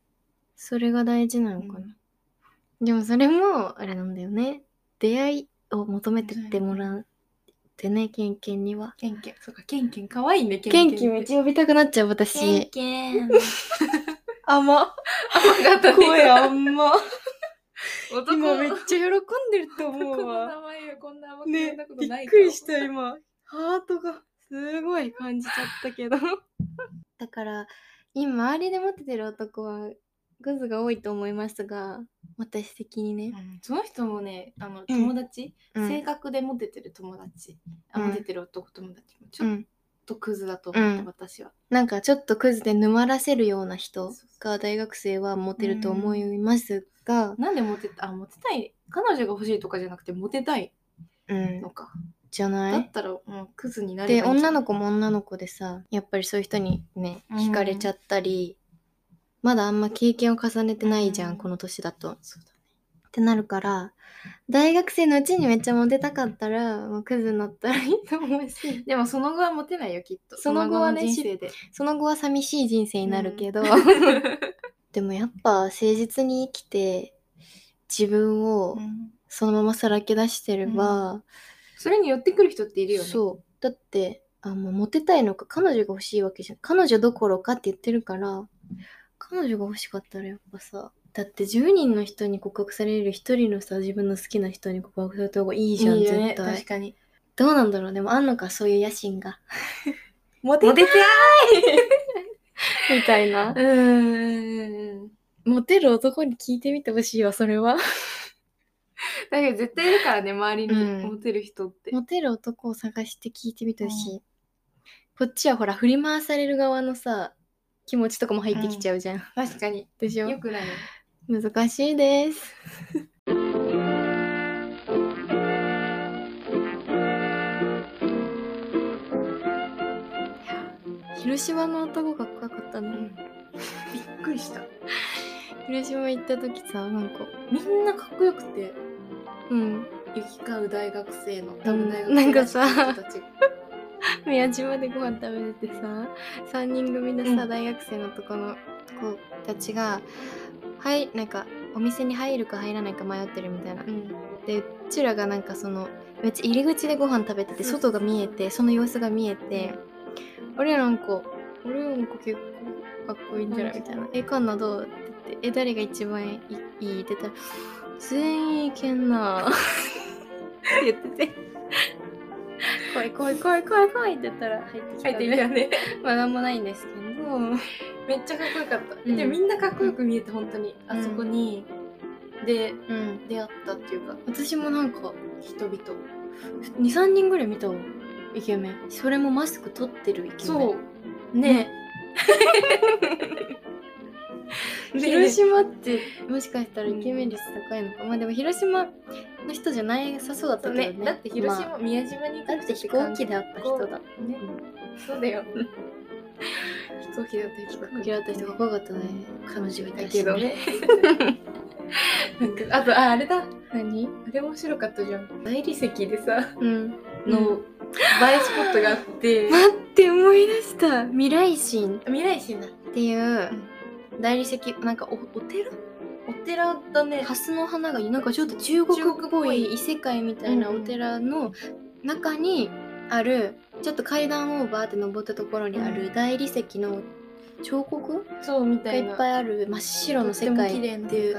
Speaker 1: それが大事なのかな、でもそれもあれなんだよね出会いを求めてってもらってねケンケンには
Speaker 2: ケンケンそうかケンケンかわいいねケ
Speaker 1: ケン
Speaker 2: って
Speaker 1: ケンめっちゃ呼びたくなっちゃう
Speaker 2: ケン
Speaker 1: 私
Speaker 2: ケ ン
Speaker 1: 甘
Speaker 2: 甘かったね
Speaker 1: 声甘
Speaker 2: 男
Speaker 1: 今
Speaker 2: の
Speaker 1: めっちゃ喜んでると
Speaker 2: こ
Speaker 1: 思う
Speaker 2: の
Speaker 1: わ
Speaker 2: 名前よこんな甘く
Speaker 1: ね
Speaker 2: なこと
Speaker 1: びっ
Speaker 2: ない
Speaker 1: くりした
Speaker 2: よ
Speaker 1: 今ハートがすごい感じちゃったけど だから今周りで持っててる男はグズが多いと思いますが私的にね、
Speaker 2: うんその人もねあの友達、
Speaker 1: うん
Speaker 2: 性格でモテてる友達、あ
Speaker 1: うん
Speaker 2: モテてる男友達もち
Speaker 1: う
Speaker 2: ょっ
Speaker 1: ん、
Speaker 2: とクズだと思った、
Speaker 1: うん
Speaker 2: 私は
Speaker 1: なんかちょっとクズで沼らせるような人が大学生はモテると思いますが、
Speaker 2: なんでモテたあモテたい彼女が欲しいとかじゃなくてモテたい
Speaker 1: うん
Speaker 2: のか、
Speaker 1: じゃ
Speaker 2: だ
Speaker 1: な
Speaker 2: っ
Speaker 1: い
Speaker 2: たらもうクズになればいい
Speaker 1: で
Speaker 2: んじゃ
Speaker 1: 女
Speaker 2: ない
Speaker 1: の子も女の子でさやっぱりそういう人にね
Speaker 2: うん
Speaker 1: 惹かれちゃったり、まだあんま経験を重ねてないじゃん、
Speaker 2: うん
Speaker 1: この年だと。ってなるから大学生のうちにめっちゃモテたかったらもうクズになったらいいと思う し
Speaker 2: でもその後はモテないよきっと
Speaker 1: その後はね
Speaker 2: その人生で
Speaker 1: その後は寂しい人生になるけど、 でもやっぱ誠実に生きて自分をそのままさらけ出してれば、
Speaker 2: それに寄ってくる人っているよね
Speaker 1: そうだってあもうモテたいのか彼女が欲しいわけじゃん彼女どころかって言ってるから彼女が欲しかったらやっぱさだって10人の人に告白されるより1人のさ自分の好きな人に告白された方がいいじゃん
Speaker 2: いいよね
Speaker 1: 絶対
Speaker 2: 確かに
Speaker 1: どうなんだろうでもあんのかそういう野心が
Speaker 2: モ
Speaker 1: モテ
Speaker 2: て
Speaker 1: みたいな
Speaker 2: うーん
Speaker 1: モテる男に聞いてみてほしいわそれは
Speaker 2: だけど絶対いるからね周りに
Speaker 1: うん
Speaker 2: モテる人って、
Speaker 1: モテる男を探して聞いてみてほしい、こっちはほら振り回される側のさ気持ちとかも入ってきちゃうじゃん、
Speaker 2: 確かに
Speaker 1: でしょ
Speaker 2: よくないよ
Speaker 1: 難しいです。 広島の男かっこよかった
Speaker 2: う
Speaker 1: ね
Speaker 2: ん。びっくりした
Speaker 1: 広島行った時さ、なんか、
Speaker 2: みんなかっこよくて
Speaker 1: うん、
Speaker 2: 行き交う大学生の多分大学生
Speaker 1: なんかさ
Speaker 2: たちが
Speaker 1: 宮島でご飯食べててさ、3人組のさ、
Speaker 2: うん
Speaker 1: 大学生の男の子たちが、はい、なんか、お店に入るか入らないか迷ってるみたいな
Speaker 2: うん
Speaker 1: でうちらがなんかそのめっちゃ入り口でご飯食べてて
Speaker 2: そうそう
Speaker 1: 外が見えてその様子が見えて俺らなんか俺らなんか結構かっこいいんじゃないみたいな「えカンナどう?」って言って「え誰が一番いい?」って言ったら「全員いけんな」って言ってて「来い来い来い来い来い」って言ったら入ってきた
Speaker 2: 入って
Speaker 1: ん
Speaker 2: み
Speaker 1: で
Speaker 2: たね
Speaker 1: まあなんもないんですけど
Speaker 2: めっちゃかっこよかった、
Speaker 1: うん
Speaker 2: でみんなかっこよく見えて本当に、
Speaker 1: ん
Speaker 2: あそこにで
Speaker 1: うん
Speaker 2: 出会ったっていうか
Speaker 1: 私もなんか
Speaker 2: 人々
Speaker 1: 23人ぐらい見たわイケメンそれもマスク取ってるイケメン
Speaker 2: そう ねえ
Speaker 1: 広島ってもしかしたらイケメン率高いのか、まあでも広島の人じゃないさそうだったけどね
Speaker 2: ねだって広島、
Speaker 1: ま
Speaker 2: 宮島に行
Speaker 1: あ
Speaker 2: く
Speaker 1: だって飛行機で会った人だ
Speaker 2: ねそう だよ飛行機だった人
Speaker 1: 飛行機で会った人かっこよかったね彼女がいた
Speaker 2: だ
Speaker 1: りし
Speaker 2: けどね なんかあとああれだあ
Speaker 1: 何
Speaker 2: れ面白かったじゃん大理石でさ
Speaker 1: うん
Speaker 2: の
Speaker 1: の、
Speaker 2: 映えスポットがあって
Speaker 1: 待って思い出した未来神っ
Speaker 2: 未来神だ
Speaker 1: ていう
Speaker 2: うん
Speaker 1: 大理石なんかおお寺
Speaker 2: お寺だね
Speaker 1: 蓮の花がなんかちょっと中国
Speaker 2: 中国
Speaker 1: っ
Speaker 2: っぽ
Speaker 1: ぽ
Speaker 2: い
Speaker 1: い異世界みたいなお寺の中にあるちょっと階段をバーって登ったところにある大理石の彫刻
Speaker 2: そうみた
Speaker 1: がい
Speaker 2: い
Speaker 1: っ
Speaker 2: な
Speaker 1: ぱいある真っ白の世界っていう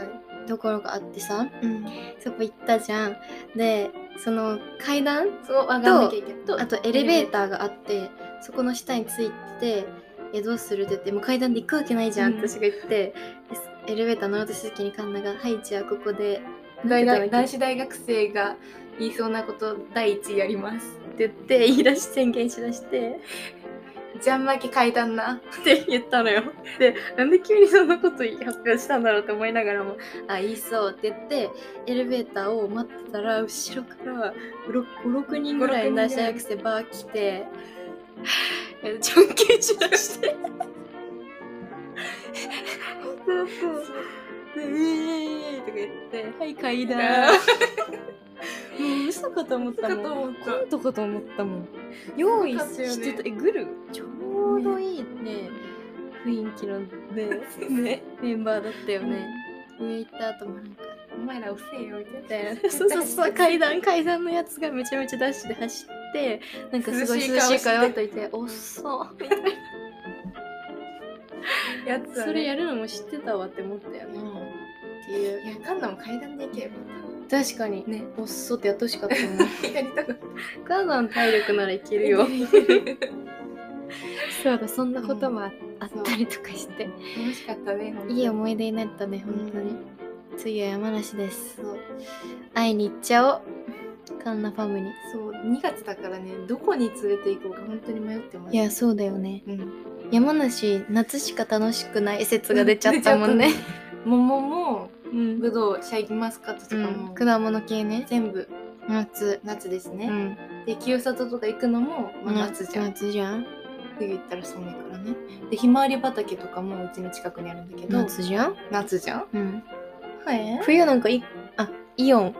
Speaker 1: ところがあってさ
Speaker 2: うん、
Speaker 1: そこ行ったじゃんでその階段
Speaker 2: そう上がんなきゃいけない
Speaker 1: あとエレベーターがあってそこの下についてえどうするって言ってもう階段で行くわけないじゃん、
Speaker 2: うん
Speaker 1: 私が言ってでエレベーター乗ろうとした時にカンナが「はいじゃあここで」
Speaker 2: 大
Speaker 1: なんて言っ
Speaker 2: 学
Speaker 1: たっ
Speaker 2: 男子大学生が言いそうなこと第一やります
Speaker 1: けって言って言い出し宣言しだして
Speaker 2: じゃんまき階段な
Speaker 1: って言ったのよ。でなんで急にそんなこと発表したんだろうって思いながらも「あ言いそう」って言ってエレベーターを待ってたら後ろから56人ぐらい
Speaker 2: 5-6人ぐらい
Speaker 1: の男子大学生バー来てえじゃんけんしだしてで「うえーい!」とか言って「はい階段」もう嘘かと思ったもん
Speaker 2: 嘘かと思った
Speaker 1: コントかと思ったもん用意してた、えグルちょうどいいね雰囲気のね
Speaker 2: ね
Speaker 1: メンバーだったよね、上行った後もなんか
Speaker 2: お前ら遅えよみ
Speaker 1: み
Speaker 2: た
Speaker 1: た
Speaker 2: い
Speaker 1: い
Speaker 2: な
Speaker 1: なそうそうそう 階段階段のやつがめちゃめちゃダッシュで走ってなんかすごい涼しい顔やっといて「おっそ
Speaker 2: やつはね
Speaker 1: それやるのも知ってたわ」って思ったよ
Speaker 2: うん
Speaker 1: ねっていう
Speaker 2: いやカンナも階段で行けば
Speaker 1: 確かに
Speaker 2: ね
Speaker 1: おっそってやってほしかったもん
Speaker 2: やりたく
Speaker 1: ガーナの体力ならいけ
Speaker 2: い
Speaker 1: るよ そうだそんなこともああったりとかして
Speaker 2: 楽しかったね本当に
Speaker 1: いい思い出になったね、本当に。次は山梨です。会いに行っちゃおう。カンナファムに。
Speaker 2: そう2月だからねどこに連れて行こうか本当に迷ってます
Speaker 1: いや、そうだよね。
Speaker 2: うん
Speaker 1: 山梨、夏しか楽しくない説 が出ちゃったもんね
Speaker 2: 出。桃も
Speaker 1: うん。
Speaker 2: ぶどうシャインマスカットと
Speaker 1: う
Speaker 2: か
Speaker 1: ん
Speaker 2: も、
Speaker 1: 果物系ね。
Speaker 2: 全部
Speaker 1: 夏
Speaker 2: 夏です
Speaker 1: う
Speaker 2: ね、
Speaker 1: ん
Speaker 2: で清里とか行くのも、まあ、夏じゃん、
Speaker 1: 夏じゃん
Speaker 2: 冬行ったら寒いからねでひまわり畑とかもうちの近くにあるんだけど
Speaker 1: 夏じゃん、
Speaker 2: 夏じゃん
Speaker 1: うん、
Speaker 2: はい
Speaker 1: 冬なんかいあイオン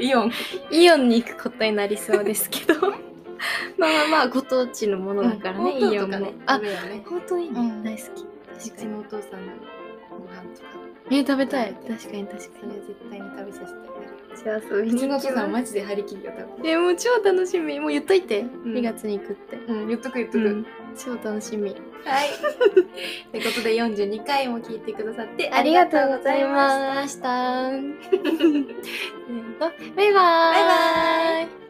Speaker 2: イオン
Speaker 1: イオンに行くことになりそうですけ どまあまあまあご当地のものだからね、
Speaker 2: うん
Speaker 1: イオンも
Speaker 2: ほうとうとかね
Speaker 1: あ
Speaker 2: ダメよね
Speaker 1: 本当いいね、
Speaker 2: うん
Speaker 1: 大好
Speaker 2: う
Speaker 1: き確か
Speaker 2: ち
Speaker 1: に
Speaker 2: のお父さんのご飯とか
Speaker 1: え食べたい確かに確
Speaker 2: それ絶対に食べさせてあげる
Speaker 1: じゃあ遊び
Speaker 2: う
Speaker 1: に
Speaker 2: ちの
Speaker 1: 行
Speaker 2: お
Speaker 1: き
Speaker 2: 父
Speaker 1: ま
Speaker 2: さん
Speaker 1: す
Speaker 2: マジで張り切るよ多分
Speaker 1: えもう超楽しみもう言っといて、
Speaker 2: ん
Speaker 1: 2月に行くって、
Speaker 2: うん言っとく言っとく、
Speaker 1: うん、超楽しみ
Speaker 2: はいということで42回も聞いてくださって
Speaker 1: ありがとうござい
Speaker 2: す
Speaker 1: ましたせーのバイバーイ
Speaker 2: バイバーイ